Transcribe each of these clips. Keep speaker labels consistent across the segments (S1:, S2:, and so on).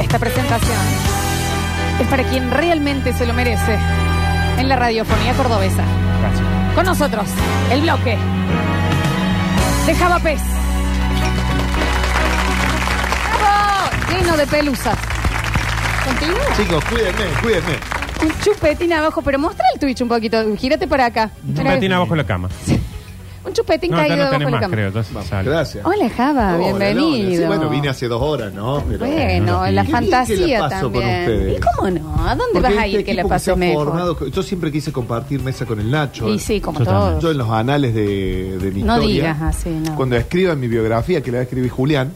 S1: esta presentación es para quien realmente se lo merece en la radiofonía cordobesa.
S2: Gracias.
S1: Con nosotros, el bloque de Java Pez. ¡Bravo! Lleno de pelusas. ¿Contigo?
S3: Chicos, cuídenme, cuídenme.
S1: Un chupetín abajo, pero mostra el Twitch un poquito. Gírate para acá.
S2: Un
S1: Mira,
S2: Chupetín abajo de la cama.
S1: Un chupetín
S2: No,
S1: caído
S2: ya no
S1: abajo de la
S2: tenés más,
S1: cama.
S2: creo. Entonces
S3: Vamos,
S2: sale.
S3: gracias.
S1: Hola, Java.
S3: Hola,
S1: bienvenido.
S3: Lola. Sí, bueno, vine hace dos horas, ¿no? Pero-
S1: Bueno, en la
S3: Qué bien que
S1: fantasía
S3: la paso con
S1: también.
S3: ustedes.
S1: ¿Y cómo no? ¿A dónde
S3: Porque
S1: vas a
S3: este
S1: ir que la
S3: equipo se
S1: pases
S3: ha
S1: mejor?
S3: formado- yo siempre quise compartir mesa con el Nacho.
S1: Y sí, como
S2: Yo
S1: todos.
S3: Yo en los anales de, de mi
S1: No
S3: historia,
S1: digas así, no.
S3: Cuando escriba en mi biografía, que la escribí Julián,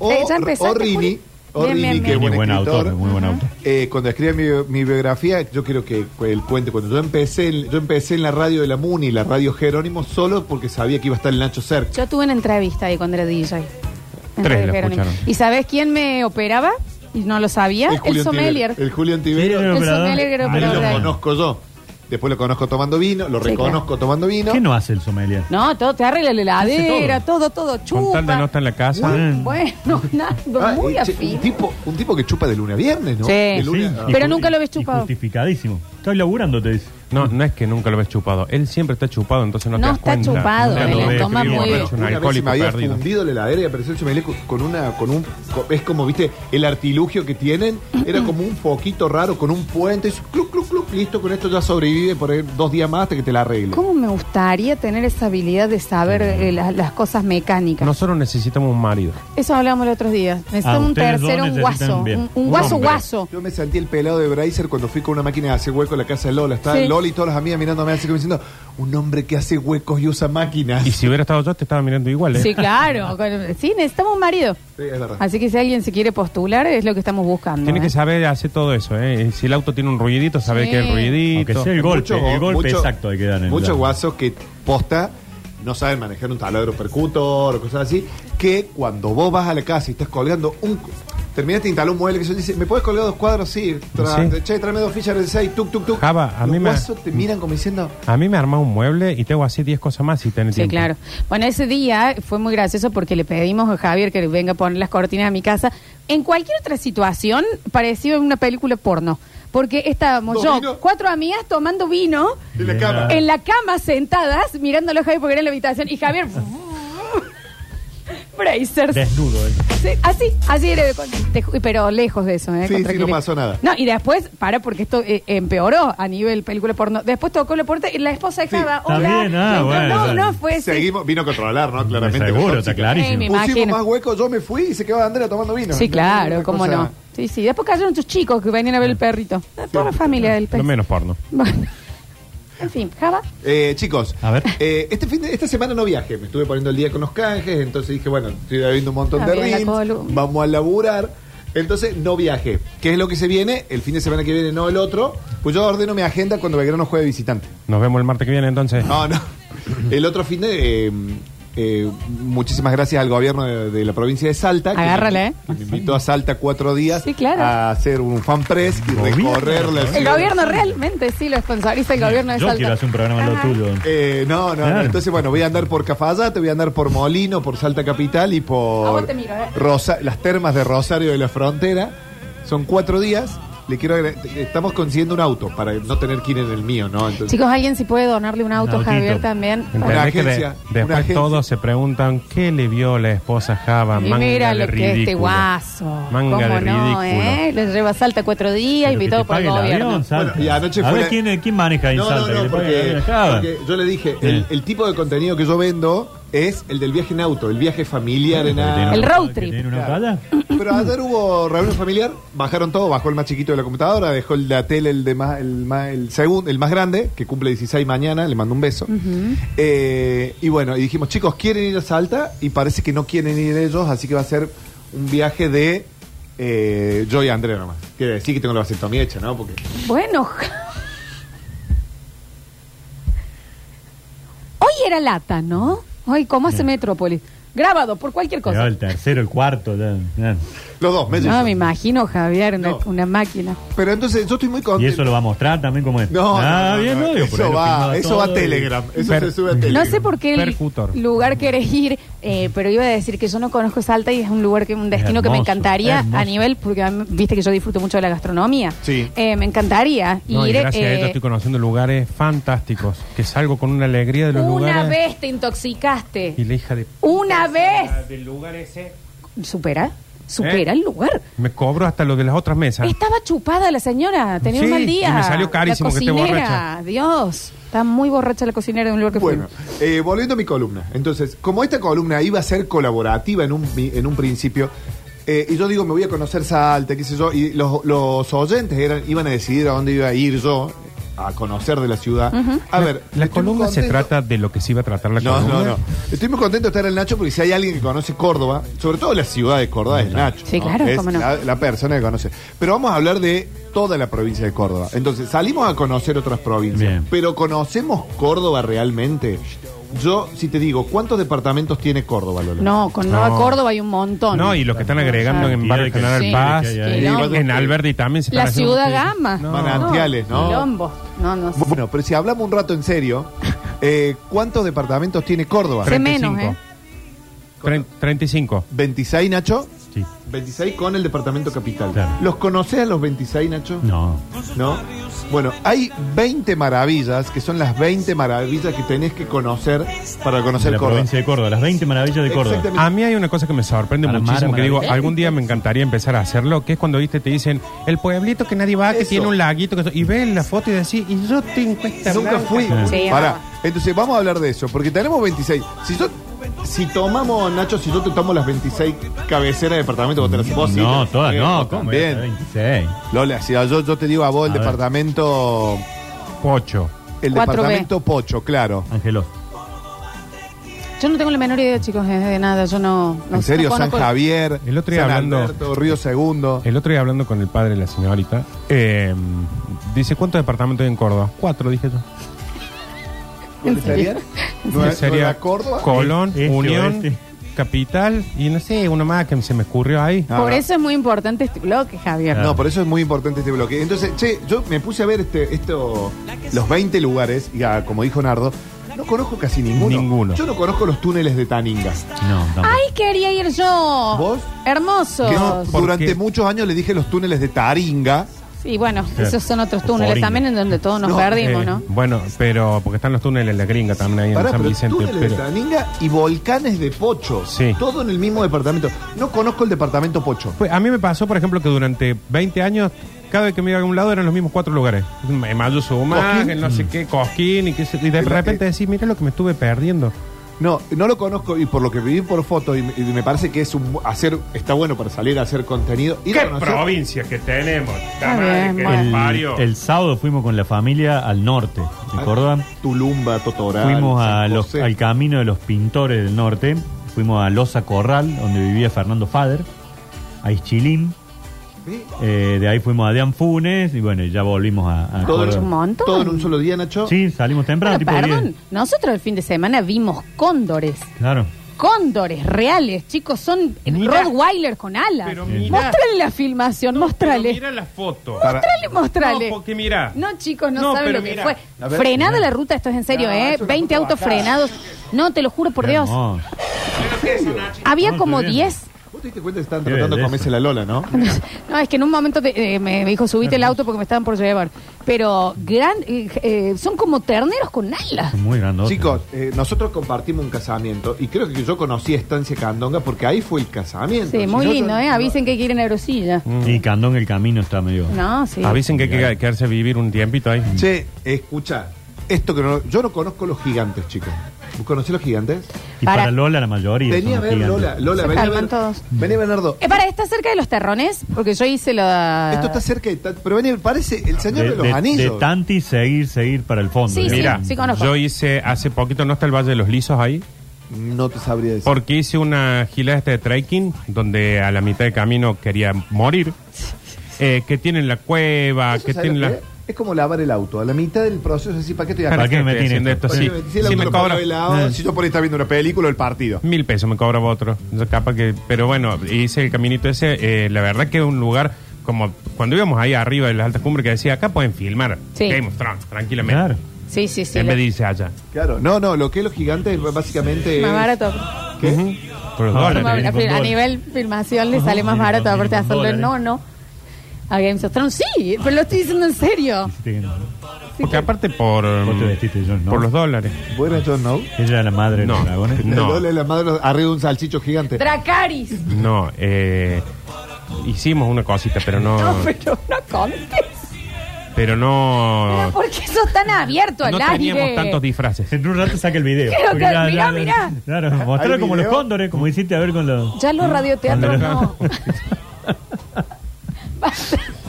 S3: o,
S1: Eh, ya empezaste,
S3: o Rini,
S1: Juli.
S3: o
S1: Bien,
S3: Rini,
S1: bien,
S3: que es
S1: bien.
S3: buen,
S4: Muy buen
S3: escritor,
S4: autor, muy buen autor.
S3: eh, cuando escriba mi, bio- mi biografía, yo quiero que cu- él cuente. Cuando yo empecé, en- yo empecé en la radio de la Muni, la radio Jerónimo, solo porque sabía que iba a estar el Nacho cerca.
S1: Yo tuve una entrevista ahí cuando era DJ. En
S2: Tres
S1: Radio
S2: la
S1: Jerónimo.
S2: escucharon.
S1: ¿Y sabes quién me operaba? Y no lo sabía. El,
S3: Julián
S1: sommelier.
S3: Tiberio. El Julián Tiberio.
S4: Tiberio.
S1: El
S4: operador.
S1: sommelier era
S4: Ahí
S3: Ahí
S1: operador
S3: lo
S1: de ahí.
S3: conozco yo. Después lo conozco tomando vino, lo
S1: Sí,
S3: reconozco tomando vino.
S4: ¿Qué no hace el sommelier?
S1: No, todo te arregla la heladera,
S4: Hace
S1: todo, todo, chupa.
S2: Con tal de no estar en la casa. Mm.
S4: Bueno.
S1: Bueno, nada,
S3: Ah,
S1: muy
S3: eh, che,
S1: afín.
S3: un tipo, un tipo que chupa de lunes a viernes, ¿no?
S1: Sí.
S3: De lunes
S4: Sí,
S3: a-
S4: y
S1: Pero
S4: ju-
S1: nunca lo ves
S4: y
S1: chupado.
S4: Justificadísimo. Estoy laburando, te dice.
S2: No, no es que nunca lo ves chupado. Él siempre está chupado, entonces
S1: No
S2: no, te das
S1: está
S2: cuenta.
S1: chupado,
S2: No,
S4: él
S2: no,
S4: la
S2: no,
S4: toma
S2: no,
S4: muy-
S2: no,
S4: Una
S3: Ah, Una
S2: Es un
S3: vez se me
S2: alcohólico
S3: había
S2: perdido.
S3: fundido la heladera y apareció el sommelier con una, con un, co- es como viste el artilugio que tienen, era como un foquito raro con un puente, y su- cluc, cluc, cluc, listo, con esto ya sobrevive por ahí dos días más hasta que te la arregle.
S1: ¿Cómo me gustaría tener esa habilidad de saber eh, las, las cosas mecánicas?
S2: Nosotros necesitamos un marido.
S1: Eso hablábamos el otro día. Necesito
S4: Ah,
S1: un
S4: ustedes dos
S1: tercero, un
S4: necesitan
S1: guaso.
S4: bien.
S1: Un, un
S4: Un
S1: guaso,
S4: hombre.
S1: guaso.
S3: Yo me sentí el pelado de Bracer cuando fui con una máquina de hacer hueco en la casa de Lola. Estaba
S1: Sí.
S3: Lola y todas las amigas mirándome así como diciendo, un hombre que hace huecos y usa máquinas.
S2: Y si hubiera estado yo, te estaba mirando igual, ¿eh?
S1: Sí, claro. con- Sí, necesitamos un marido.
S3: Sí, es verdad.
S1: Así que si alguien se quiere postular, es lo que estamos buscando.
S2: Tiene
S1: ¿eh?
S2: que saber hacer todo eso, ¿eh? Si el auto tiene un ruidito, sabe
S1: Sí.
S2: que es el
S4: Aunque
S2: ruidito.
S4: sea el golpe,
S3: Muchos-
S4: el golpe
S3: muchos-
S4: exacto hay que dar en el
S3: Muchos
S4: lado.
S3: guasos que posta no saben manejar un taladro percutor o cosas así, que cuando vos vas a la casa y estás colgando un... Terminaste de instalar un mueble que se dice, ¿me puedes colgar dos cuadros? Sí. Tra-
S2: Sí.
S3: Che, tráeme dos fichas de 6, tuk, tuk, tuk.
S2: Java, a
S3: Los
S2: mí me-
S3: guasos te miran como diciendo...
S2: A mí me arma un mueble y tengo así 10 cosas más si tenés
S1: Sí,
S2: tiempo.
S1: claro. Bueno, ese día fue muy gracioso porque le pedimos a Javier que venga a poner las cortinas a mi casa. En cualquier otra situación, parecido a una película porno. Porque estábamos
S3: ¿Dos
S1: yo,
S3: vinos?
S1: cuatro amigas tomando vino
S3: En la
S4: Bien,
S3: cama.
S4: ah.
S1: en la cama sentadas, mirándolo a Javier porque era en la habitación. Y Javier.
S3: Ah.
S1: Brazers.
S4: Desnudo, él.
S1: Sí, así, así era. con- te ju- pero lejos de eso, ¿eh?
S3: Sí,
S1: Contra
S3: sí, no
S1: Kili.
S3: pasó nada.
S1: No, y después, para, porque esto eh, empeoró a nivel película porno. Después tocó la puerta y la esposa de
S3: Sí.
S1: Java,
S4: Está
S1: hola.
S4: bien, ah,
S1: No,
S4: bueno,
S1: no,
S4: bueno.
S1: no fue ese.
S3: Seguimos, vino a controlar, ¿no? Claramente.
S4: Seguro,
S3: la
S4: está
S3: tóxica.
S1: Eh, me
S4: clarísimo.
S3: Pusimos
S1: Imagino.
S3: más hueco, yo me fui y se quedaba Andrea tomando vino.
S1: Sí, claro,
S3: Una
S1: cómo
S3: cosa-
S1: no. Sí, sí. Después cayeron tus chicos que venían a ver el perrito. Toda la familia del
S2: Lo
S1: perrito.
S2: menos porno.
S1: Bueno. En fin, Java.
S3: Eh, chicos,
S4: A ver.
S3: eh, este fin de- esta semana no viaje, me estuve poniendo el día con los canjes, entonces dije, bueno, estoy viendo un montón de
S1: Está bien, la
S3: reels,
S1: columna.
S3: vamos a laburar. Entonces, no viaje. ¿Qué es lo que se viene? El fin de semana que viene, no el otro. Pues yo ordeno mi agenda cuando Belgrano juegue visitante.
S2: Nos vemos el martes que viene, entonces.
S3: No, no. El otro fin de. eh, eh, muchísimas gracias al gobierno de, de la provincia de Salta. que
S1: Agárrala, ¿eh?
S3: me- que me invitó a Salta cuatro días
S1: Sí, claro.
S3: a hacer un fan press y
S4: Gobierno.
S3: recorrer la
S1: El
S3: ciudad.
S1: gobierno realmente sí lo sponsoriza el gobierno de
S4: Yo
S1: Salta.
S4: quiero hacer un programa en lo
S1: Ajá.
S4: tuyo.
S3: Eh, no, no, no.
S4: Claro.
S3: Entonces, bueno, voy a andar por Cafayate, voy a andar por Molino, por Salta Capital y
S1: A
S3: por
S1: vos te miro, eh.
S3: Rosa- las termas de Rosario de la Frontera. Son cuatro días. Le quiero agre- estamos consiguiendo un auto para no tener que ir en el mío, ¿no? Entonces,
S1: Chicos, alguien si puede donarle un auto a
S4: autito.
S1: Javier también.
S2: ¿Entendés
S3: Una
S2: que de-
S3: agencia, una
S2: después
S3: agencia.
S2: todos se preguntan qué le vio la esposa Java?
S1: Y
S2: manga
S1: mira
S2: de
S1: lo que es este
S2: ridículo.
S1: guaso.
S2: Manga
S1: ¿Cómo
S2: de
S1: no,
S2: ridículo.
S1: eh? Lo lleva a Salta cuatro días,
S4: Pero que
S1: invitado
S4: te
S1: por el
S4: pague el
S1: gobierno.
S4: avión, Salta.
S3: Bueno, y anoche
S4: a
S3: fue
S4: ver,
S3: la-
S4: ¿quién, quién maneja ahí en
S3: No,
S4: Salta?
S3: no, no,
S4: Que le pague el
S3: porque,
S4: avión a Java.
S3: porque yo le dije, el, el tipo de contenido que yo vendo es el del viaje en auto, el viaje familiar en
S4: Que tiene
S3: auto.
S1: El
S4: una-
S1: road
S4: que
S1: trip.
S4: tiene una
S3: Claro.
S4: pala.
S3: Pero ayer hubo reunión familiar, bajaron todo, bajó el más chiquito de la computadora, dejó el de la tele, el de más, el más, el segundo, el más grande, que cumple 16 mañana, le mando un beso. Eh, y bueno, y dijimos, chicos, quieren ir a Salta y parece que no quieren ir ellos, así que va a ser un viaje de eh, yo y Andrea nomás. Quiere decir que tengo la vasectomía hecha, ¿no? Porque
S1: Bueno. Hoy era lata, ¿no? Hoy, ¿cómo hace Metrópolis? grabado por cualquier
S4: Pero
S1: cosa.
S4: el tercero, el cuarto. ya, ya.
S3: Los dos, me
S1: No, me imagino, Javier, una,
S3: No.
S1: una máquina.
S3: Pero entonces yo estoy muy contento.
S4: Y eso lo va a mostrar también como es.
S3: No,
S4: ah,
S3: no, no,
S4: bien,
S3: no,
S4: no, digo, por ahí
S3: eso
S4: lo
S3: va,
S4: filmaba
S3: eso
S4: todo
S3: va a
S4: y-
S3: Telegram, eso
S2: Per-
S3: se sube a Telegram.
S1: No sé por qué el
S2: Percutor.
S1: lugar querés ir, eh, pero iba a decir que yo no conozco Salta y es un lugar que un destino que me
S4: hermoso,
S1: encantaría
S4: hermoso.
S1: a nivel, porque a mí- viste que yo disfruto mucho de la gastronomía.
S3: Sí.
S1: Eh, me encantaría
S2: No, y
S1: ir.
S2: gracias a
S1: eh,
S2: ello estoy conociendo lugares fantásticos. Que salgo con una alegría de los
S1: una
S2: lugares.
S1: vez te intoxicaste.
S2: Y la hija de.
S1: Una vez.
S2: Del lugar ese.
S1: Supera, supera
S2: ¿Eh?
S1: el lugar.
S2: Me cobro hasta lo de las otras mesas.
S1: Estaba chupada la señora, tenía un
S2: Sí,
S1: mal día.
S2: y me salió carísimo
S1: la
S2: que esté
S1: cocinera,
S2: borracha.
S1: Dios, está muy borracha la cocinera de un lugar que
S3: Bueno,
S1: fuimos.
S3: eh, volviendo a mi columna. Entonces, como esta columna iba a ser colaborativa en un, mi- en un principio, eh, y yo digo, me voy a conocer Salta, qué sé yo, y los, los oyentes eran, iban a decidir a dónde iba a ir yo a conocer de la ciudad. A ver,
S2: La
S3: estoy
S2: columna
S3: muy
S2: se
S3: contento-
S2: trata de lo que se iba a tratar la
S3: No,
S2: columna.
S3: no, no. Estoy muy contento de estar en el Nacho porque si hay alguien que conoce Córdoba, sobre todo la ciudad de Córdoba, es el Nacho.
S1: Sí,
S3: ¿no?
S1: claro,
S3: Es
S1: cómo no.
S3: la, la persona que conoce. Pero vamos a hablar de toda la provincia de Córdoba. Entonces, salimos a conocer otras provincias.
S4: Bien.
S3: Pero ¿conocemos Córdoba realmente? Yo, si te digo, ¿cuántos departamentos tiene Córdoba, Lola?
S1: No, con Nueva
S2: No.
S1: Córdoba hay un montón.
S2: No, y los que están agregando en
S4: Sí,
S2: Barrio General
S1: sí.
S2: Paz,
S4: Sí,
S1: quilombo.
S2: en Alberti también se están
S1: La
S2: haciendo
S1: ciudad
S2: ustedes.
S1: gama.
S2: No.
S3: Manantiales, ¿no?
S1: Quilombo. No, no sé.
S3: Bueno, pero si hablamos un rato en serio, eh, ¿cuántos departamentos tiene Córdoba?
S1: Tre- menos,
S2: 35.
S1: ¿eh?
S2: Tre- 35.
S3: 26, Nacho.
S4: Sí.
S3: 26 con el departamento capital.
S4: Claro.
S3: ¿Los conoces a los 26, Nacho?
S4: No.
S3: ¿no? Bueno, hay 20 maravillas, que son las 20 maravillas que tenés que conocer para
S4: De
S3: conocer
S4: la
S3: Córdoba.
S4: provincia de Córdoba, las 20 maravillas de Córdoba.
S3: Exactamente.
S2: A mí hay una cosa que me sorprende
S4: Para
S2: muchísimo,
S4: Mara,
S2: que digo,
S4: maravilla.
S2: algún día me encantaría empezar a hacerlo, que es cuando viste te dicen, el pueblito que nadie va, que
S3: Eso.
S2: tiene un laguito, que so-", y ves la foto y decís, y yo tengo
S4: Ah,
S2: esta
S3: Nunca
S2: blanca.
S3: fui.
S1: Sí,
S3: Pará.
S1: ajá.
S3: Entonces vamos a hablar de eso, porque tenemos 26. Si yo, si tomamos, Nacho, si yo te tomo las 26 cabeceras de departamento, vos tenés vos sí,
S4: No,
S3: tenés-
S4: todas no. ¿Cómo? Era
S3: También.
S4: 26.
S3: Lola, si yo, yo te digo a vos el
S4: A ver.
S3: departamento,
S2: Pocho.
S3: el
S1: 4B.
S3: departamento Pocho, claro.
S4: Ángelos.
S1: Yo no tengo la menor idea, chicos, eh, de nada. Yo no. no
S3: en serio,
S1: no
S3: San
S1: conozco-
S3: Javier,
S2: El otro día
S3: San
S2: hablando-
S3: Alberto, Río Segundo.
S2: El otro día hablando con el padre de la señorita, eh, dice, ¿cuántos departamentos hay en Córdoba? Cuatro, dije yo.
S3: ¿Cuáles serían?
S2: Que
S3: Nueva,
S2: sería
S3: Nueva Córdoba.
S2: Colón,
S4: Este,
S2: Unión,
S4: oeste.
S2: Capital, y no sé, uno más que se me escurrió ahí.
S3: Ah,
S1: Por
S3: no.
S1: eso es muy importante este bloque, Javier.
S3: No, por eso es muy importante este bloque. Entonces, che, yo me puse a ver este, esto, los 20 lugares, y ah, como dijo Nardo, no conozco casi ninguno.
S2: Ninguno.
S3: Yo no conozco los túneles de Taninga.
S4: No, tampoco.
S1: ¡Ay, quería ir yo!
S3: ¿Vos?
S1: Hermosos.
S3: Que no,
S2: ¿Por
S3: durante
S2: qué?
S3: muchos años le dije los túneles de Taringa.
S1: Sí, bueno,
S4: Claro.
S1: esos son otros
S4: O
S1: túneles
S4: Foringa.
S1: también en donde todos nos
S3: No,
S1: perdimos,
S2: Eh,
S1: ¿no?
S2: Bueno, pero porque están los túneles de la gringa también ahí
S3: Pará,
S2: en San
S3: pero
S2: Vicente.
S3: túneles
S2: pero-
S3: de Taringa y volcanes de Pocho.
S2: Sí.
S3: Todo en el mismo departamento. No conozco el departamento Pocho.
S2: Pues, a mí me pasó, por ejemplo, que durante 20 años, cada vez que me iba a algún lado eran los mismos cuatro lugares. En Mayo Suma,
S3: Cosquín.
S2: en no sé qué, Cosquín, y, qué sé- y de
S3: Es la
S2: repente
S3: que-
S2: decís, mira lo que me estuve perdiendo.
S3: No, no lo conozco y por lo que viví por fotos y, y me parece que es un bu- hacer está bueno para salir a hacer contenido. Ir a conocer-
S2: provincia que tenemos!
S1: la madre bien, que bueno. nos
S4: El, el sábado fuimos con la familia al norte de Córdoba.
S3: Tulumba, Totora.
S4: Fuimos a los, al camino de los pintores del norte. Fuimos a Loza Corral, donde vivía Fernando Fader. A Ischilín. Eh, de ahí fuimos a Dean Funes. Y bueno, y ya volvimos a, a
S3: Todo,
S1: Es
S3: en-
S1: un
S4: Córdoba.
S1: montón.
S3: todo en un solo día, Nacho.
S4: Sí, salimos temprano,
S1: Bueno,
S4: tipo
S1: perdón,
S4: 10.
S1: nosotros el fin de semana vimos cóndores.
S4: Claro.
S1: Cóndores reales, chicos, son eh,
S2: Mira.
S1: Rottweiler con alas.
S2: Pero
S1: Mostrale
S2: mira.
S1: la filmación, mostrale.
S2: Mira la foto.
S3: Para-
S1: Mostrale, mostrale.
S2: No, porque mira.
S1: No, chicos, no,
S2: No,
S1: saben
S2: pero
S1: lo que
S2: mira.
S1: fue.
S3: A ver.
S1: Frenada la ruta, esto es en serio,
S3: No,
S1: ¿eh?
S3: es una
S1: 20
S3: foto
S1: autos
S3: bajada.
S1: frenados. No, te lo juro por Dios.
S4: Hermoso.
S1: Había
S4: No, está
S1: como
S4: bien.
S1: 10.
S3: Vos te diste cuenta que estaban
S4: Qué
S3: tratando de
S4: belleza.
S3: comerse la Lola, ¿no?
S1: No, es que en un momento te- eh, me me dijo, subite el auto porque me estaban por llevar. Pero gran, eh, eh, son como terneros con alas.
S4: Son Muy grandote.
S3: Chicos, eh, nosotros compartimos un casamiento y creo que yo conocí Estancia Candonga porque ahí fue el casamiento.
S1: Sí,
S3: Si
S1: muy
S3: no,
S1: lindo,
S3: yo-
S1: ¿eh? Avisen que quieren aerosilla.
S3: mm.
S4: Y Candón el camino está medio.
S1: No, sí.
S2: Avisen que hay que quedarse a vivir un tiempito ahí.
S3: Che, escucha, esto que no- yo no conozco los gigantes, chicos. ¿Vos conocés los gigantes?
S4: Y
S1: Para-
S4: para, Lola la mayoría.
S3: Vení a
S4: somos
S3: ver,
S4: gigantes.
S3: Lola. Lola,
S1: Se
S3: vení a
S1: calman
S3: ver.
S1: todos.
S3: Vení, Bernardo.
S1: Eh, para, está cerca de los terrones, porque yo hice la.
S3: Esto está cerca de. ta- Pero vení, parece el señor de,
S4: De,
S3: los
S4: de-
S3: anillos.
S4: de Tanti seguir, seguir para el fondo.
S1: Sí,
S4: digamos.
S1: sí.
S2: Mira,
S1: conozco.
S2: yo hice hace poquito, ¿no está el Valle de los Lisos ahí?
S3: No te sabría decir.
S2: Porque hice una gilada esta de trekking donde a la mitad de camino quería morir. Eh, que tienen la cueva,
S3: ¿Eso
S2: que
S3: sabe
S2: tienen
S3: lo
S2: la...
S3: que es? Es como lavar el auto. A la mitad del proceso, así, ¿para qué estoy acá?
S4: ¿Para qué me
S2: estoy
S4: tiene
S2: haciendo
S4: esto?
S2: esto?
S3: ¿Para qué
S2: Sí,
S3: me- si el
S2: Sí,
S3: auto
S2: me
S3: lo pongo
S2: cobra
S3: de lado,
S2: eh,
S3: Si yo por ahí estar viendo una película o el partido.
S2: mil pesos, me cobraba otro. Yo capaz que, pero bueno, hice el caminito ese. eh, la verdad que es un lugar como cuando íbamos ahí arriba de las altas cumbres que decía acá pueden filmar
S1: Sí.
S2: Game of Thrones tranquilamente.
S4: Claro.
S1: Sí, sí, sí.
S2: Él
S1: lo-
S2: me dice allá.
S3: Claro. No, no, lo que es los gigantes básicamente
S1: Más
S3: es-
S1: barato.
S3: ¿Qué?
S2: Ujú. Por los
S4: Ah,
S2: dólares.
S4: viene
S1: a,
S4: con
S1: a
S4: dólares.
S1: nivel filmación le
S4: Ajá,
S1: sale más
S4: viene
S1: barato
S4: con-
S1: aparte de
S4: viene con
S1: hacerlo en no,
S4: dólares.
S1: no. A Games of Thrones, sí, pero lo estoy diciendo en serio.
S4: Hiciste que no.
S2: Porque aparte por,
S4: Vos te vestiste, yo no.
S2: por los dólares.
S3: Bueno, John Snow.
S4: Ella era la madre de
S2: No.
S4: los dragones.
S2: No.
S3: El doble de la madre arriba de un salchicho gigante.
S1: Dracaris.
S2: No, eh, hicimos una cosita, pero no.
S1: No, pero no contes.
S2: Pero
S1: Pero
S2: no.
S1: ¿Por qué sos tan abierto al
S2: Ah. No
S1: aire?
S2: teníamos tantos disfraces.
S4: En un rato saca el video.
S1: Creo
S4: Porque
S1: que-
S4: ya-
S1: mirá,
S4: ya-
S1: mirá.
S4: Claro, mostralo
S3: ¿Hay
S4: como los
S3: video?
S4: cóndores, como hiciste a ver con los.
S1: Ya los
S2: Ah,
S1: radioteatros no.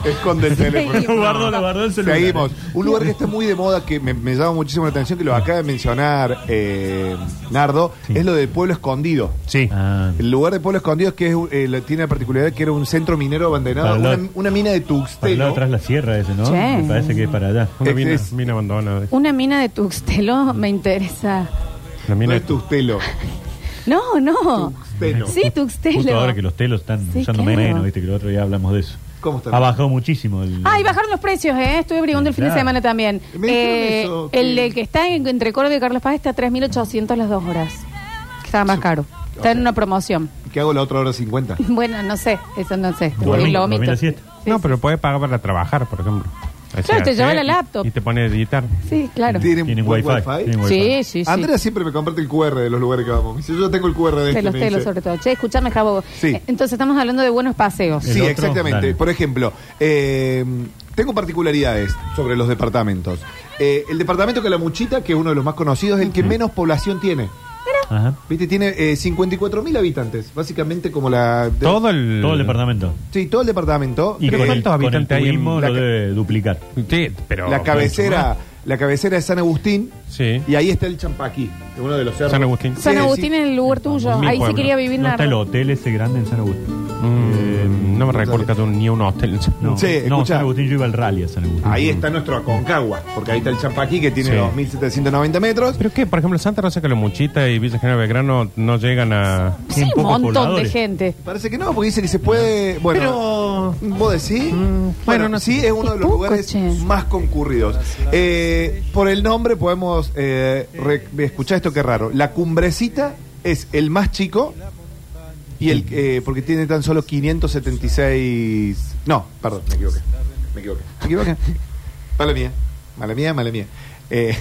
S3: Esconde el teléfono.
S4: Lo guardó, lo guardó el celular.
S3: Seguimos. Un lugar que está muy de moda, que me, me llama muchísimo la atención, que lo acaba de mencionar eh, Nardo,
S4: Sí.
S3: es lo del pueblo escondido.
S2: Sí.
S4: Ah,
S3: El lugar de pueblo escondido es que es, eh, la- tiene la particularidad que era un centro minero abandonado,
S4: Para el
S3: una,
S4: lado-
S3: una mina de
S4: para el lado
S3: Tuxtelo.
S4: atrás la sierra ese, ¿no?
S1: Che.
S4: Me parece que es para allá.
S2: Una
S3: Es-
S2: mina,
S3: es-
S2: mina abandonada.
S1: Una mina de Tuxtelo me interesa.
S2: Una
S3: No
S2: mina
S3: es Tuxtelo.
S1: No, no.
S3: Tuxtelo.
S1: Sí, Tuxtelo.
S4: Justo ahora que los telos están
S1: Sí,
S4: usando
S1: claro.
S4: menos, viste que el otro día hablamos de eso.
S3: ¿Cómo están?
S4: Ha bajado muchísimo el.
S1: Ay, bajaron los precios, ¿eh? Estuve brigando el fin de
S4: Claro.
S1: semana también.
S3: Me dijeron
S1: Eh,
S3: eso,
S1: el,
S3: que-
S1: el que está en- entre Córdoba y Carlos Paz está a 3.800 las dos horas. Que Estaba más caro. Está en una promoción.
S3: ¿Qué hago la otra hora 50?
S1: Bueno, no sé. Eso no sé.
S4: Dormí,
S1: Sí, lo
S4: dormí
S1: omito.
S4: la siesta.
S2: No, pero puedes pagar para trabajar, por ejemplo. O
S1: Claro, te lleva
S2: ¿sí?
S1: la
S2: Y-
S1: laptop.
S2: Y te pone a editar.
S1: Sí, claro.
S3: ¿Tienen,
S4: Tienen
S3: buen
S4: wifi.
S3: wifi?
S4: tienen wifi.
S1: Sí, sí, sí.
S3: Andrea siempre me comparte el QR de los lugares que vamos. Me dice, yo tengo el QR de, este,
S1: de los
S3: me
S1: telos
S3: dice.
S1: sobre todo. Che, escuchame, Jabo.
S3: Sí.
S1: Eh, Entonces estamos hablando de buenos paseos.
S4: El
S3: Sí,
S4: otro,
S3: exactamente.
S4: dale.
S3: Por ejemplo, eh, tengo particularidades sobre los departamentos. Eh, el departamento Calamuchita, que es uno de los más conocidos, es el que menos población tiene.
S4: Ajá.
S3: ¿Viste? Tiene eh, 54.000 habitantes, básicamente como la... de-
S2: Todo el.
S4: Todo el departamento.
S3: Sí, todo el departamento.
S4: Y
S2: ¿Pero
S4: con el,
S2: cuántos
S4: con el
S2: habitantes hay en
S4: turismo lo
S3: Blanca-
S4: debe duplicar.
S2: Sí, pero.
S3: La cabecera, la cabecera es San Agustín.
S2: Sí.
S3: Y eh, ahí está el Champaquí, que es uno de los cerros.
S2: San Agustín.
S1: San
S3: Sí,
S1: Agustín
S3: sí.
S1: es el lugar tuyo.
S2: Mi
S1: Ahí sí
S2: pueblo.
S1: quería vivir
S4: ¿No
S1: Nardo.
S4: está el hotel ese grande en San Agustín?
S2: Mm, no me recuerdo que tenga ni un hostel.
S4: No,
S3: Sí,
S4: no
S3: escucha.
S4: San Agustín yo iba al rally a San Agustín.
S3: Ahí está nuestro Aconcagua, porque ahí está el Champaquí, que tiene
S2: Sí.
S3: 2.790 metros.
S2: ¿Pero qué? Por ejemplo, Santa Rosa Calamuchita y Villa General Belgrano no llegan a.
S1: Sí,
S4: Tienen
S1: un
S4: pocos
S1: montón
S4: pobladores.
S1: de gente.
S3: Parece que no, porque dice que se puede. Bueno, ¿vos decís? bueno,
S2: no
S3: sí, es uno de los
S1: Poco,
S3: lugares
S1: che.
S3: más concurridos. Eh, por el nombre podemos eh, escuchar esto que raro. La cumbrecita es el más chico y el eh, porque tiene tan solo 576. No, perdón, me equivoqué. Me equivoqué. Me equivoqué. Mala mía, mala mía, mala mía. Eh,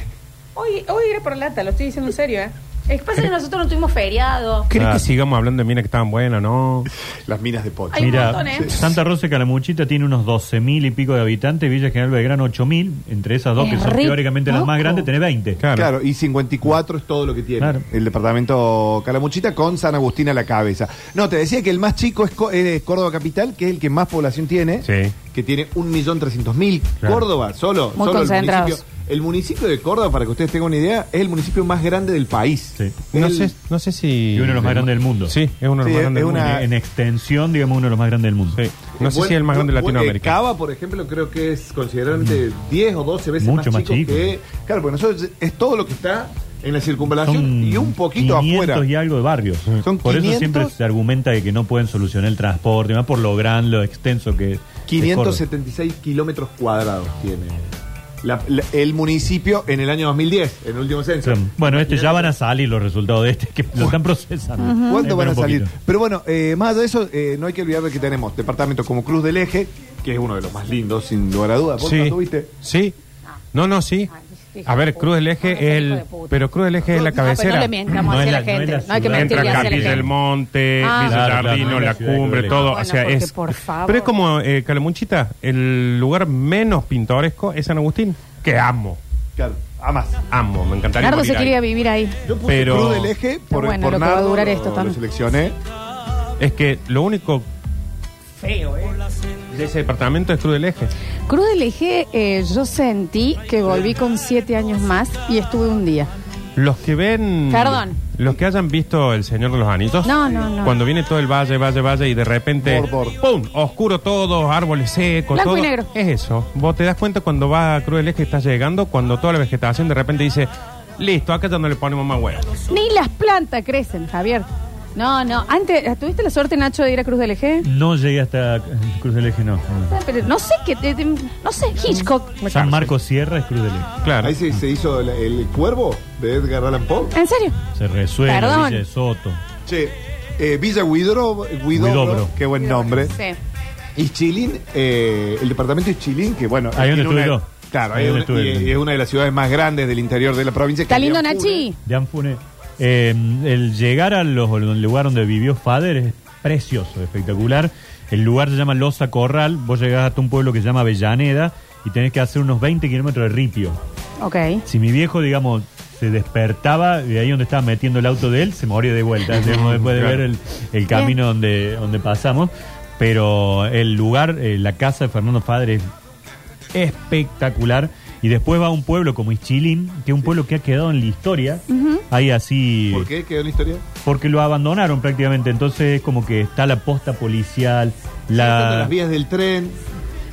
S1: Hoy, hoy era por lata, lo estoy diciendo en serio, ¿eh? Es que pasa que nosotros no tuvimos feriado.
S2: ¿Crees
S4: Ah.
S2: que sigamos hablando de minas que estaban buenas, no?
S3: las minas de pocho.
S1: Hay un
S4: Mira,
S1: montón, ¿eh?
S4: Santa Rosa y Calamuchita tiene unos 12.000 y pico de habitantes, Villa General Belgrano 8.000, entre esas dos
S1: Es
S4: que son
S1: re
S4: teóricamente las
S1: poco.
S4: más grandes, tiene 20.
S2: Claro.
S3: Claro, y 54 es todo lo que tiene
S4: Claro.
S3: el departamento Calamuchita con San Agustín a la cabeza. No, te decía que el más chico es, Co- es Córdoba Capital, que es el que más población tiene,
S2: Sí.
S3: que tiene 1.300.000.
S2: Claro.
S3: Córdoba, solo,
S1: Muy
S3: solo el
S1: concentrados.
S3: municipio. El municipio de Córdoba, para que ustedes tengan una idea, es el municipio más grande del país.
S4: Sí.
S2: No,
S3: El-
S2: sé, no sé si.
S4: Y uno de los más grandes del mundo.
S2: Sí, es uno
S3: Sí,
S2: de los más
S3: es
S2: grandes del
S3: una-
S2: mundo.
S4: En, en extensión, digamos, uno de los más grandes del mundo.
S2: Sí. No sé
S3: Buen-
S2: si es el más grande de
S3: buen- eh,
S2: Latinoamérica. Mm.
S3: Cava, por ejemplo, creo que es considerablemente 10 o 12 veces
S4: Mucho
S3: más
S4: más
S3: chico,
S4: chico.
S3: que... Claro, porque nosotros es todo lo que está en la circunvalación
S4: Son
S3: y un poquito
S4: 500
S3: afuera.
S4: y algo de barrios.
S3: Son
S4: por eso
S3: 500.
S4: siempre se argumenta de que no pueden solucionar el transporte, más por lo gran, lo extenso que es.
S3: 576 kilómetros cuadrados tiene la- la- el municipio en el año 2010, en el último censo.
S4: Córdoba. Bueno, este ya van a salir los resultados de este, que lo están procesando.
S3: ¿Cuándo
S4: Eh,
S3: van
S4: pero
S3: a
S4: un
S3: salir?
S4: poquito.
S3: Pero bueno, eh, más allá de eso, eh, no hay que olvidar de que tenemos departamentos como Cruz del Eje, que es uno de los más lindos, sin lugar a dudas. ¿Vos
S2: Sí.
S3: no tuviste?
S2: Sí. No, no, sí.
S1: Ay,
S2: A ver,
S1: Ah, hijo de
S2: Cruz del
S1: puta.
S2: Eje
S1: Ay, hijo
S2: es el.
S1: de puta. Ah, pues,
S2: Pero Cruz del Eje es la
S1: No, pero no
S2: cabecera.
S1: le mientamos
S4: No
S1: así
S4: es
S1: a la
S4: la- no es
S1: gente.
S4: la
S1: No, hay que
S4: ciudad.
S1: mentirle
S2: Entra
S1: así a la
S2: Capilla del
S1: gente.
S2: Monte,
S1: Ah.
S2: Villa
S4: Claro, claro,
S2: Jardino,
S4: no es
S2: La
S4: la ciudad de
S2: Cumbre,
S4: Cruz del Eje.
S2: todo. o
S1: Bueno,
S2: sea,
S1: porque,
S2: es.
S1: por favor.
S2: Pero es como eh, Calamuchita, el lugar menos pintoresco es San Agustín, que amo.
S3: Claro, a más.
S2: Amo, me encantaría.
S1: Nardo
S2: morir
S1: se
S2: ahí.
S1: quería vivir ahí.
S3: Yo puse
S2: Pero-
S3: Cruz del Eje por,
S1: bueno
S3: por
S1: lo que va a
S3: Nardo,
S1: durar esto
S3: lo-
S1: también.
S3: lo seleccioné.
S2: Es que lo único feo eh, de ese departamento es Cruz del Eje.
S1: Cruz del Eje, eh, yo sentí que volví con siete años más y estuve un día.
S2: Los que ven.
S1: Perdón,
S2: Los que hayan visto El Señor de los Anillos,
S1: No, no, no.
S2: cuando viene todo el valle, valle, valle y de repente,
S3: Mordor.
S2: ¡pum! Oscuro todo, árboles secos,
S1: Blanco
S2: todo.
S1: y negro.
S2: Es eso. Vos te das cuenta cuando va a Cruel que estás llegando, cuando toda la vegetación de repente dice, listo, acá ya no le ponemos más huevos.
S1: Ni las plantas crecen, Javier. No, no. Antes, ¿tuviste la suerte, Nacho, de ir a Cruz del Eje?
S4: No llegué hasta Cruz del Eje, no.
S1: Pero no sé qué. te- te- no sé, Hitchcock.
S4: San Marcos Sierra es Cruz del Eje.
S2: Claro.
S3: Ahí se, se hizo el, el cuervo de Edgar Allan Poe.
S1: ¿En serio?
S4: Se resuelve
S1: Perdón.
S4: Villa de Soto.
S3: Che, eh, Villa Guidobro,
S4: Guidobro.
S3: qué buen nombre.
S1: Sí.
S3: Y Chilín, eh, el departamento de Chilín, que bueno.
S4: Ahí
S3: tiene
S4: donde estuve
S3: una-
S4: yo.
S3: Claro,
S4: Ahí
S3: ahí
S4: donde
S3: es una-
S4: estuve yo.
S3: y, y es una de las ciudades más grandes del interior de la provincia.
S1: Está
S3: que
S1: lindo,
S3: Lianfu-
S1: Nachi.
S4: De Anfune. Eh, el llegar a los, al lugar donde vivió Fader es precioso, espectacular. El lugar se llama Loza Corral. Vos llegás hasta un pueblo que se llama Avellaneda y tenés que hacer unos 20 kilómetros de ripio.
S1: Ok.
S4: Si mi viejo, digamos, se despertaba de ahí donde estaba metiendo el auto de él, se moría de vuelta. digamos, después de
S2: Claro.
S4: ver el, el camino donde, donde pasamos. Pero el lugar, eh, la casa de Fernando Fader es espectacular. Y después va a un pueblo como Ischilín, que es un pueblo que ha quedado en la historia. Ahí así.
S3: ¿Por qué quedó en la historia?
S4: Porque lo abandonaron prácticamente. Entonces es como que está la posta policial,
S3: Están en
S4: la.
S3: Las vías del tren.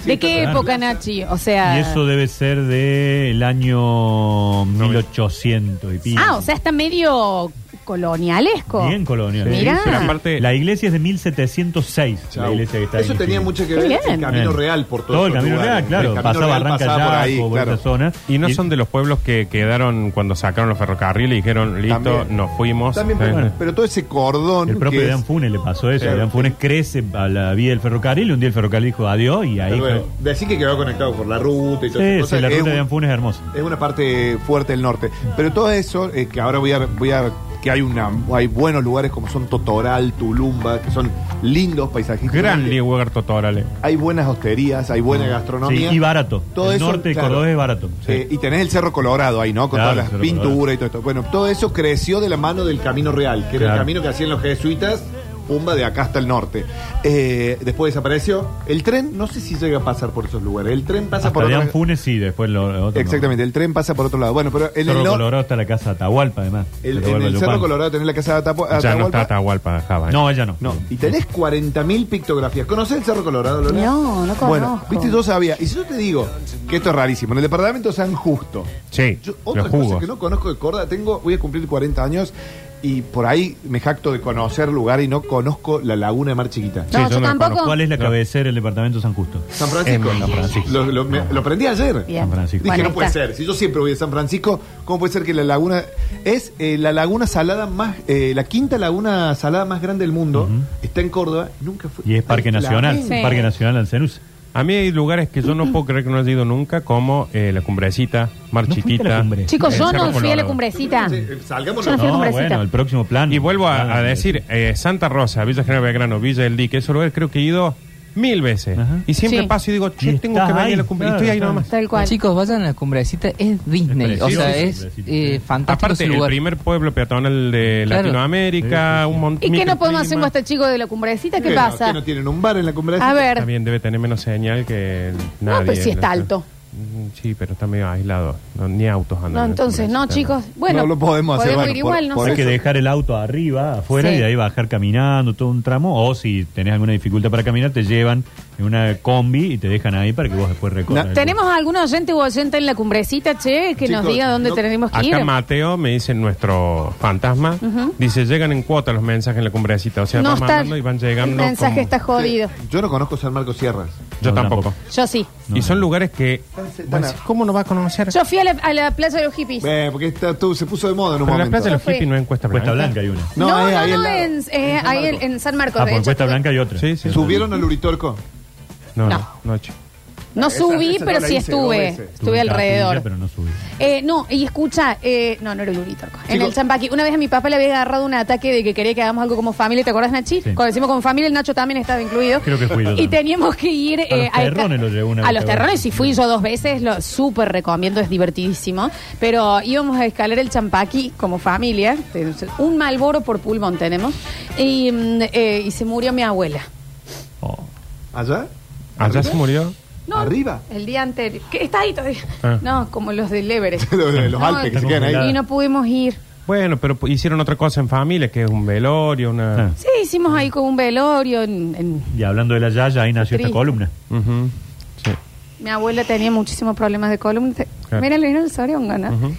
S1: ¿De qué
S4: está-
S1: época, Nachi? O sea.
S4: Y eso debe ser del año 1800 y pico.
S1: Ah, o sea, está medio colonialesco.
S4: Bien colonial.
S1: Sí, Mirá.
S2: Pero aparte,
S4: La iglesia es de 1706. La
S3: Chau.
S4: iglesia que está
S3: Eso
S4: ahí,
S3: tenía
S4: sí.
S3: mucho
S1: Qué
S3: que ver
S1: bien.
S3: el camino
S4: Bien.
S3: real por todos
S4: Todo el
S3: esos
S4: camino
S3: lugares.
S4: real, claro.
S3: El camino
S4: pasaba
S3: real
S4: Barranca
S3: pasaba por
S4: Yaco,
S3: ahí,
S4: por
S3: claro.
S4: esa zona.
S2: Y no son de los pueblos que quedaron cuando sacaron los ferrocarriles y dijeron, listo,
S3: También.
S2: nos fuimos.
S3: También,
S2: Eh,
S3: pero, pero todo ese cordón.
S4: El propio
S3: que es-
S4: Dan Funes le pasó eso.
S3: Claro.
S4: Dan Funes crece a la vía del ferrocarril. Un día el ferrocarril dijo adiós y ahí.
S3: Pero bueno, decir que quedó conectado por la ruta y todo
S4: Sí, sí, la ruta de Dan Funes es hermosa.
S3: Es una parte fuerte del norte. Pero todo eso, eh, que ahora voy a, voy a que hay una hay buenos lugares como son Totoral, Tulumba, que son lindos paisajes.
S2: Gran Lee Huerto Torale.
S3: Hay buenas hosterías, hay buena gastronomía.
S4: Sí, y barato.
S3: Todo
S4: el
S3: eso,
S4: norte de
S3: claro.
S4: Córdoba es barato. sí.
S3: Eh, y tenés el Cerro Colorado ahí, ¿no? Con
S4: Claro,
S3: todas las
S4: Cerro Colorado.
S3: pinturas y todo esto. Bueno, todo eso creció de la mano del Camino Real, que era el
S4: Claro.
S3: camino que hacían los jesuitas, pumba, de acá hasta el norte. Eh, después desapareció. El tren, no sé si llega a pasar por esos lugares. El tren pasa
S4: Hasta
S3: por
S4: Dan
S3: otro
S4: Funes sí, después lo otro no.
S3: Exactamente, el tren pasa por otro lado. Bueno, pero en
S4: Cerro
S3: el, no-
S4: Colorado está la casa de Atahualpa, además. de
S3: el- en
S4: Atahualpa
S3: el Cerro
S4: Yupan.
S3: Colorado tenés la casa de Atapu-
S2: Ya no está
S3: Ah, Atahualpa.
S2: Atahualpa, Java.
S4: No, ella no.
S3: No, y tenés 40.000 pictografías. ¿Conoces el Cerro Colorado, Lola?
S1: No, no conozco.
S3: Bueno, viste, yo sabía. Y si yo te digo que esto es rarísimo, en el departamento San Justo.
S2: Sí,
S3: Yo, otra
S2: los
S3: cosa
S2: jugos.
S3: que no conozco de Córdoba, tengo, voy a cumplir 40 años y por ahí me jacto de conocer lugar y no conozco la laguna de Mar Chiquita.
S1: No,
S2: Sí,
S1: yo
S2: yo no lo
S1: tampoco.
S4: ¿Cuál es la
S2: No.
S4: cabecera del departamento de San Justo?
S3: San Francisco.
S2: En San Francisco.
S3: Lo, lo- me- lo aprendí ayer.
S1: Bien.
S4: San Francisco.
S3: Dije,
S1: Bueno,
S3: no puede
S1: ahí está.
S3: ser. Si yo siempre voy a San Francisco, ¿cómo puede ser que la laguna. Es eh, la laguna salada más. eh, la quinta laguna salada más grande del mundo. Está en Córdoba. Nunca fue.
S4: Y es Parque
S3: Ay, la
S4: Nacional,
S3: gente.
S1: Sí.
S4: Parque Nacional Lancenusa.
S2: A mí hay lugares que yo no puedo creer que no he ido nunca, como eh, la cumbrecita, Mar
S4: ¿No fuiste a la
S2: Chiquita.
S4: cumbre?
S1: Chicos,
S2: el
S1: yo
S2: Cerro
S1: no fui a la
S2: Colorado.
S1: cumbrecita.
S3: Sí, eh, Salgamos
S1: Yo no fui a la
S4: No,
S1: cumbrecita.
S4: bueno, el próximo plan.
S2: Y vuelvo a, a
S4: Ah,
S2: decir, eh, Santa Rosa, Villa General Belgrano, Villa del Dique, ese lugar creo que he ido mil veces.
S4: Ajá.
S2: Y siempre
S1: Sí.
S2: paso y digo, che,
S4: Y
S2: tengo
S4: estás
S2: que venir
S4: ahí,
S2: a la cumbre.
S4: claro,
S2: y estoy ahí
S4: claro.
S2: nomás.
S1: Tal cual.
S5: Chicos, vayan a la cumbrecita, es Disney.
S4: Es
S5: o sea,
S4: precioso,
S5: es
S4: sí, sí, sí.
S5: eh, fantástico
S2: Aparte,
S5: su
S2: el
S5: lugar.
S2: primer pueblo peatonal de
S5: Claro.
S2: Latinoamérica, un montón
S1: ¿Y qué no podemos hacer con este chico de la cumbrecita? ¿Qué
S3: Que no-
S1: pasa?
S3: que no tienen un bar en la cumbre.
S1: A ver.
S2: También debe tener menos señal que nadie.
S1: Ah, pero sí está alto.
S2: Mm, Sí, pero está medio aislado. No, ni autos andan.
S1: No,
S2: en la
S1: entonces, no,
S2: cumbrecita,
S1: chicos. Bueno,
S3: No lo podemos hacer,
S1: Podemos
S3: bueno,
S1: ir
S3: por-
S1: igual, no
S3: por
S4: Hay
S1: sé.
S4: que dejar el auto arriba, afuera,
S1: Sí.
S4: y de ahí bajar caminando todo un tramo. O si tenés alguna dificultad para caminar, te llevan en una combi y te dejan ahí para que vos después recorras.
S3: Na-
S4: el-
S1: ¿Tenemos algún oyente o oyente en la cumbrecita, che, que nos
S3: Chicos,
S1: diga dónde
S3: no-
S1: tenemos que ir?
S2: Acá Mateo me dice nuestro fantasma, dice llegan en cuota los mensajes en la cumbrecita, o sea,
S1: no
S2: van
S1: está.
S2: mandando y van
S1: El
S2: llegando.
S1: mensaje
S2: como-
S1: está jodido.
S3: Yo no conozco San Marcos Sierras.
S2: Yo
S4: No,
S2: tampoco.
S4: tampoco.
S1: Yo sí.
S2: y son lugares que
S3: Tan-
S2: vos decís, ¿cómo no va a conocer?
S1: Yo fui a la, a la plaza de los hippies.
S3: Eh, porque está, tú, se puso de moda en un
S2: Pero en la
S3: momento.
S2: playa de los
S1: Yo fui.
S2: hippies no hay encuesta
S4: Cuesta Blanca
S2: blanca.
S4: hay una.
S1: No, no, no,
S3: al lado.
S1: en, eh, ahí en, en San Marcos.
S4: Ah,
S1: de
S4: por
S1: hecho.
S4: Cuesta Blanca hay otra.
S2: Sí, sí.
S3: ¿Subieron al Uritorco?
S2: No, no,
S1: No.
S2: no, che.
S1: No
S3: Esa-
S1: subí,
S3: esa no
S1: pero
S3: la
S1: sí
S3: hice dos
S1: estuve.
S3: veces.
S1: Estuve
S4: Tuve en
S1: alrededor.
S4: Capilla, Pero no subí.
S1: Eh, no, y escucha, eh, no, no era el Uritorco. En el Champaqui, una vez a mi papá le había agarrado un ataque de que quería que hagamos algo como familia, ¿te acordás, Nachi?
S4: Sí.
S1: Cuando decimos como familia, el Nacho también estaba incluido.
S4: Creo que fui yo
S1: Y
S4: también.
S1: teníamos que ir... eh,
S4: A los terrones lo llevó una
S1: A
S4: vez,
S1: los
S4: ¿te acordás?
S1: terrones sí fui yo dos veces, lo súper recomiendo, es divertidísimo. Pero íbamos a escalar el Champaqui como familia, tenemos un malboro por pulmón tenemos, y, mm, eh, y se murió mi abuela.
S4: Oh.
S3: ¿Allá?
S2: Allá se murió.
S3: ¿Arriba?
S1: El día anterior. que Está ahí todavía.
S2: Ah.
S1: No, como los del Everest.
S3: los, los
S1: No,
S3: Alpes que se
S4: está
S3: quedan ahí.
S4: congelada.
S1: Y no pudimos ir.
S2: Bueno, pero p- hicieron otra cosa en familia, que es un velorio, una...
S4: Ah.
S1: Sí, hicimos ahí con un velorio. en- en-
S4: Y hablando de la Yaya, ahí nació esta
S1: Triste.
S4: columna.
S2: Ujú, sí,
S1: Mi abuela tenía muchísimos problemas de columna.
S2: Claro.
S1: Mira, le vino el Sorionga, ¿no?
S2: ujú.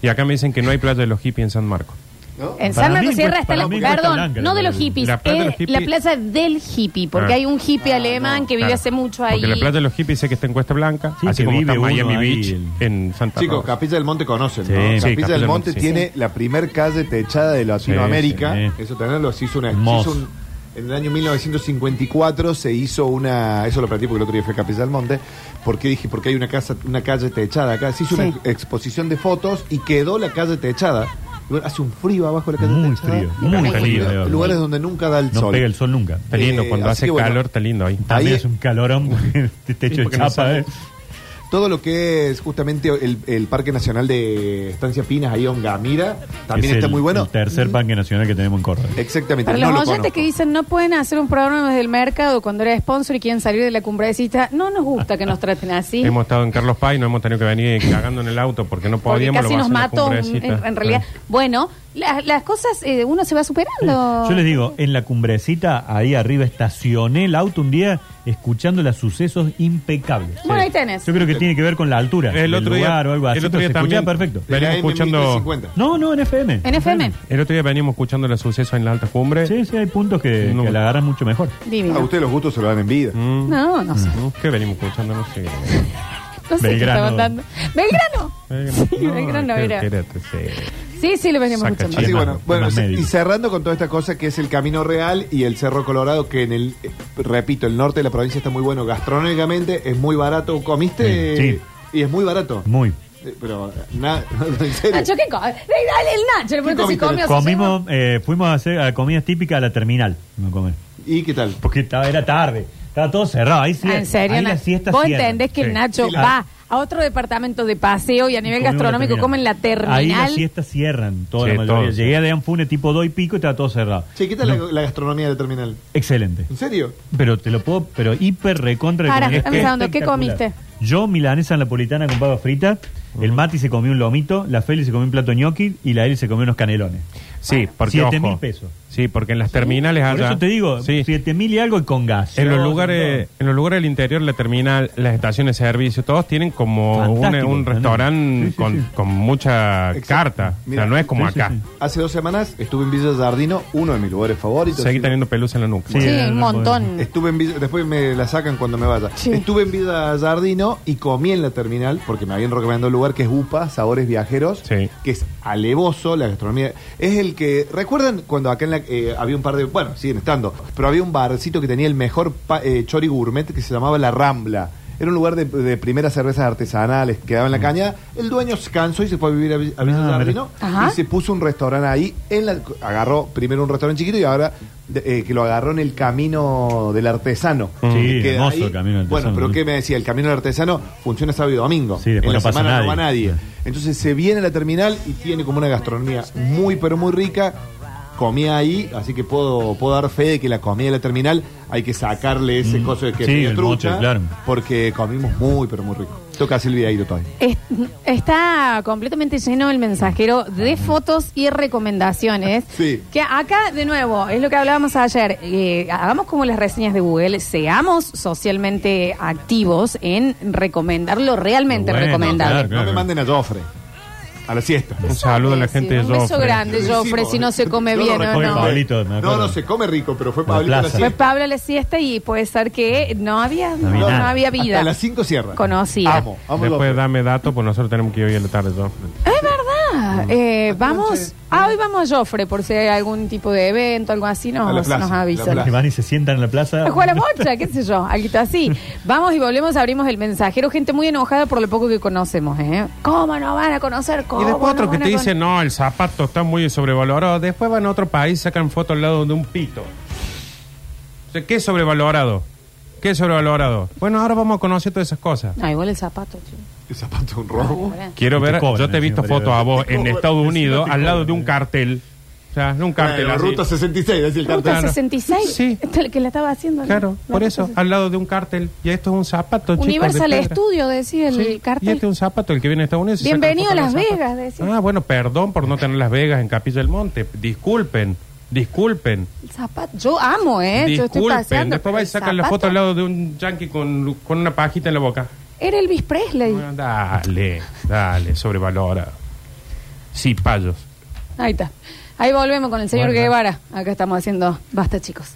S2: Y acá me dicen que no hay playa de los hippies en San Marcos.
S3: ¿no?
S1: En
S4: Para
S1: San Marcos
S4: mí,
S1: Sierra
S4: pues,
S1: está
S4: para
S1: la.
S4: mí, Cuesta
S1: Perdón,
S4: Blanca,
S1: no
S4: la
S1: de los
S4: playa.
S1: hippies.
S2: La playa de los
S1: es
S2: hippies.
S1: La plaza del hippie, porque
S2: Ah.
S1: hay un hippie alemán que vive
S2: Claro.
S1: hace mucho ahí.
S2: Porque la playa de los hippies sé que está en Cuesta Blanca,
S4: Sí,
S2: así
S4: que
S2: como está
S4: vive uno
S2: Miami
S4: ahí
S2: Beach
S4: el-
S2: en Santa
S3: Chicos,
S2: Rosa.
S3: Capilla del Monte conocen, ¿no?
S4: Sí,
S3: Capilla,
S4: sí,
S2: Capilla
S3: del Monte
S2: sí.
S3: tiene la primer calle techada de Latinoamérica.
S4: Sí, sí, sí.
S3: Eso tenerlo, se hizo una... se
S4: Hermoso.
S3: hizo un- en el año 1954 se hizo una... Eso lo planteé porque el otro día fue a Capilla del Monte. Porque dije, porque hay una, casa, una calle techada acá. Se hizo
S1: Sí.
S3: una ex- exposición de fotos y quedó la calle techada. Y bueno, Hace un frío abajo la calle
S4: Muy
S3: techada.
S4: frío, muy
S1: frío.
S4: frío.
S3: Lugares donde nunca da el
S4: No
S3: sol.
S4: pega el sol nunca.
S2: Está lindo,
S3: Eh,
S2: cuando
S3: así
S2: hace
S3: que bueno.
S2: calor está lindo ahí.
S4: También
S3: Ahí-
S4: es un calorón, porque el
S2: Sí,
S4: techo de
S2: porque no
S4: chapa,
S2: sale.
S4: ¿eh?
S3: Todo lo que es justamente el, el Parque Nacional de Estancia Pinas, ahí en Gamira, también
S4: Es
S3: está
S4: el-
S3: muy bueno.
S4: El tercer parque nacional que tenemos en Córdoba.
S3: Exactamente.
S1: Para
S3: no
S1: los
S3: lo
S1: oyentes
S3: conozco.
S1: que dicen no pueden hacer un programa desde el mercado cuando era sponsor y quieren salir de la cumbrecita, no nos gusta que nos traten así.
S2: Hemos estado en Carlos Paz y no hemos tenido que venir cagando en el auto porque no
S1: Porque
S2: podíamos.
S1: casi
S2: lo
S1: nos
S2: vas a hacer en la
S1: mató un- en,
S2: cumbrecita.
S1: en realidad.
S2: Ah.
S1: Bueno, la- las cosas eh, uno se va superando.
S4: Yo les digo, en la cumbrecita, ahí arriba, estacioné el auto un día escuchando los sucesos impecables.
S1: Bueno, ahí tenés.
S4: Yo creo que tiene que ver con la altura.
S2: El
S4: del
S2: otro día,
S4: lugar o algo así.
S2: el otro día
S4: pero se escuchaba
S2: también
S4: perfecto.
S3: De la
S2: Venimos
S3: AM
S2: escuchando,
S3: 1050.
S4: No, no, en FM.
S1: En FM,
S2: el otro día veníamos escuchando los sucesos en la alta cumbre.
S4: Sí, sí, hay puntos que,
S2: No.
S4: que la agarran mucho mejor.
S3: A
S1: divino.
S3: ustedes los gustos se lo dan en vida.
S2: Mm,
S1: No, no sé.
S2: mm, ¿Qué venimos escuchando? No sé.
S1: No sé qué
S4: Belgrano.
S1: estaban dando. ¡Belgrano!
S2: Eh,
S1: Sí, Belgrano
S2: qué-
S1: era.
S2: qué este, sí.
S1: Sí, sí, lo veníamos
S2: Saca
S1: escuchando.
S3: Así que
S4: Bien,
S3: bueno,
S4: más-
S3: bueno
S4: más
S3: se-
S4: médico.
S3: y cerrando con toda esta cosa que es el Camino Real y el Cerro Colorado, que en el, eh, repito, el norte de la provincia está muy bueno gastronómicamente, es muy barato. ¿Comiste?
S4: Sí, sí.
S3: Y es muy barato.
S4: Muy.
S3: Eh, Pero, nada, en serio.
S1: Nacho, Ah, ¿qué co- Dale, dale, el Nacho, le pregunto si
S3: comiste?
S1: comió. si
S4: Comimos, eh, fuimos a hacer a comidas típicas a la terminal. fuimos a comer.
S3: ¿Y qué tal?
S4: Porque estaba, era tarde. Estaba todo cerrado. Ahí sí.
S1: Ah, en serio,
S4: ahí
S1: Nacho?
S4: la siesta
S1: vos
S4: cierra.
S1: entendés que
S4: Sí.
S1: el Nacho
S3: Sí, la-
S1: va a otro departamento de paseo y a nivel
S4: Comimos en la
S1: gastronómico
S4: terminal.
S1: comen la terminal.
S4: Ahí las siestas cierran, toda
S2: Sí,
S4: la mayoría.
S2: todo.
S4: Llegué a Dean Fune tipo 2 y pico y estaba todo cerrado.
S3: Che, ¿qué tal la, la gastronomía del terminal?
S4: Excelente.
S3: ¿En serio?
S4: Pero te lo puedo, pero hiper recontra.
S1: Para,
S4: recomendar.
S1: dame
S4: Es
S1: un segundo, ¿qué
S4: espectacular.
S1: comiste?
S4: Yo, milanesa napolitana con papa frita. El Mati se comió un lomito, la Feli se comió un plato ñoqui y la Eli se comió unos canelones.
S2: Sí, porque
S4: Siete
S2: ojo.
S4: mil pesos.
S2: Sí, porque en las terminales
S4: Por
S2: allá.
S4: eso te digo,
S2: Sí.
S4: 7000 y algo y con gas.
S2: En los lugares, en los lugares del interior, la terminal, las estaciones de servicio, todos tienen como un,
S4: Fantástico,
S2: un
S4: ¿no?
S2: restaurante
S4: Sí, sí,
S2: con,
S4: sí.
S2: con mucha
S3: Exacto.
S2: carta.
S3: Mira,
S2: o sea, no es como
S4: sí, sí,
S2: acá.
S4: sí.
S3: Hace dos semanas estuve en Villa Jardino, uno de mis lugares favoritos.
S2: Seguí
S3: Sí.
S2: teniendo pelusa en la nuca.
S4: Sí.
S1: Sí,
S4: Eh,
S1: un
S4: no
S1: montón.
S3: Estuve en Villa- después me la sacan cuando me vaya.
S1: Sí.
S3: Estuve en Villa Jardino y comí en la terminal porque me habían recomendado un lugar que es UPA, Sabores Viajeros,
S2: Sí.
S3: que es alevoso, la gastronomía. Es el que, ¿recuerdan cuando acá en la, eh, había un par de, bueno, siguen estando, pero había un barcito que tenía el mejor pa- eh, chori gourmet que se llamaba La Rambla? Era un lugar de, de primeras cervezas artesanales que daban la caña. El dueño se cansó y se fue a vivir a, Vi- a Villa
S4: Ah,
S3: Jardino
S1: mira. Ajá.
S3: y se puso un restaurante ahí, en la- agarró primero un restaurante chiquito y ahora de- eh, que lo agarró en el camino del artesano.
S4: Mm. Sí,
S3: Que queda
S4: hermoso el Camino del
S3: Bueno,
S4: Artesano,
S3: pero
S4: ¿no?
S3: ¿qué me decía? El camino del artesano funciona sábado y domingo.
S4: Sí, después
S3: en la
S4: no pasa
S3: semana no va
S4: nadie.
S3: nadie. Entonces se viene a la terminal y tiene como una gastronomía muy, pero muy rica. Comía ahí, así que puedo, puedo dar fe de que la comida de la terminal hay que sacarle ese coso de que
S4: Mm. Sí,
S3: tenía
S4: el
S3: trucha,
S4: mote, claro.
S3: porque comimos muy, pero muy rico. Toca a Silvia Airo todavía.
S1: Es- Está completamente lleno el mensajero de fotos y recomendaciones.
S3: Sí.
S1: Que acá, de nuevo, es lo que hablábamos ayer. eh, hagamos como las reseñas de Google, seamos socialmente activos en recomendar lo realmente
S4: Bueno,
S1: recomendable.
S4: claro, claro.
S3: No me manden a Jofre, a la siesta.
S2: Un saludo a la gente de
S1: Un beso
S2: Joffre.
S1: grande,
S3: Lo
S1: Joffre,
S3: hicimos.
S1: si no se come
S3: Yo lo
S1: bien o
S4: recuerdo,
S1: no.
S4: Pablito. me
S3: no,
S4: acuerdo.
S3: no se come rico, pero fue
S4: La
S3: Pablito a la
S4: plaza.
S1: Fue
S3: siesta.
S1: Pablo a la siesta y puede ser que no había, no,
S4: había
S1: no
S4: nada.
S1: había
S3: Hasta
S1: vida.
S3: las 5 cierra.
S1: Conocía.
S3: Amo, amo
S2: Después
S3: Jofre.
S2: dame datos, pues nosotros tenemos que ir hoy a la tarde. yo.
S1: Es verdad. Eh, vamos. Ah, hoy vamos a Joffre por si hay algún tipo de evento, algo así,
S3: A la
S1: nos,
S3: plaza,
S1: nos
S3: la
S1: avisan.
S3: plaza.
S4: Que van y se sientan en la plaza.
S1: A jugar a la bocha, qué sé yo, algo así. Vamos y volvemos, abrimos el mensajero. Gente muy enojada por lo poco que conocemos, ¿eh? ¿Cómo no van a conocer? ¿Cómo
S2: Y después otro
S1: no
S2: que
S1: van
S2: te
S1: a con-
S2: dice, no, el zapato está muy sobrevalorado. Después van a otro país, sacan foto al lado de un pito. O sea, ¿Qué es sobrevalorado? ¿Qué es sobrevalorado? Bueno, ahora vamos a conocer todas esas cosas.
S1: Ah, igual el zapato, chico.
S3: El zapato es un robo.
S2: Quiero
S4: Y te
S2: ver,
S4: cobran
S2: yo te he
S4: encima,
S2: visto
S4: pero-
S2: fotos a vos en Estados Unidos al lado de un cartel O sea, no un cartel
S3: Bueno,
S2: así.
S3: Ruta 66, decía el
S1: Ruta
S3: cartel.
S2: Claro.
S1: 66.
S2: Sí.
S1: Esta es la que la estaba haciendo. ¿no?
S2: Claro,
S1: La
S2: por
S1: Ruta
S2: eso,
S1: 66.
S2: al lado de un cartel. Y esto es un zapato, chicos. de
S1: Universal
S2: piedra.
S1: Estudio, decía el
S2: Sí, Y
S1: cartel.
S2: este es un zapato, el que viene de Estados Unidos. se saca la
S1: Bienvenido
S2: foto
S1: a Las
S2: con el zapato.
S1: Vegas, decía.
S2: Ah, bueno, perdón por no tener Las Vegas en Capilla del Monte. Disculpen, disculpen.
S1: El zapato. Yo amo, ¿eh? Yo estoy
S2: Disculpen,
S1: paseando.
S2: después vais a
S1: pero el
S2: sacar la
S1: zapato-
S2: foto al lado de un yankee con, con una pajita en la boca.
S1: Era Elvis Presley.
S2: Bueno, dale, dale, sobrevalora. Sí, payos.
S1: Ahí está. Ahí volvemos con el señor
S2: Bueno.
S1: Guevara. Acá estamos haciendo. Basta, chicos.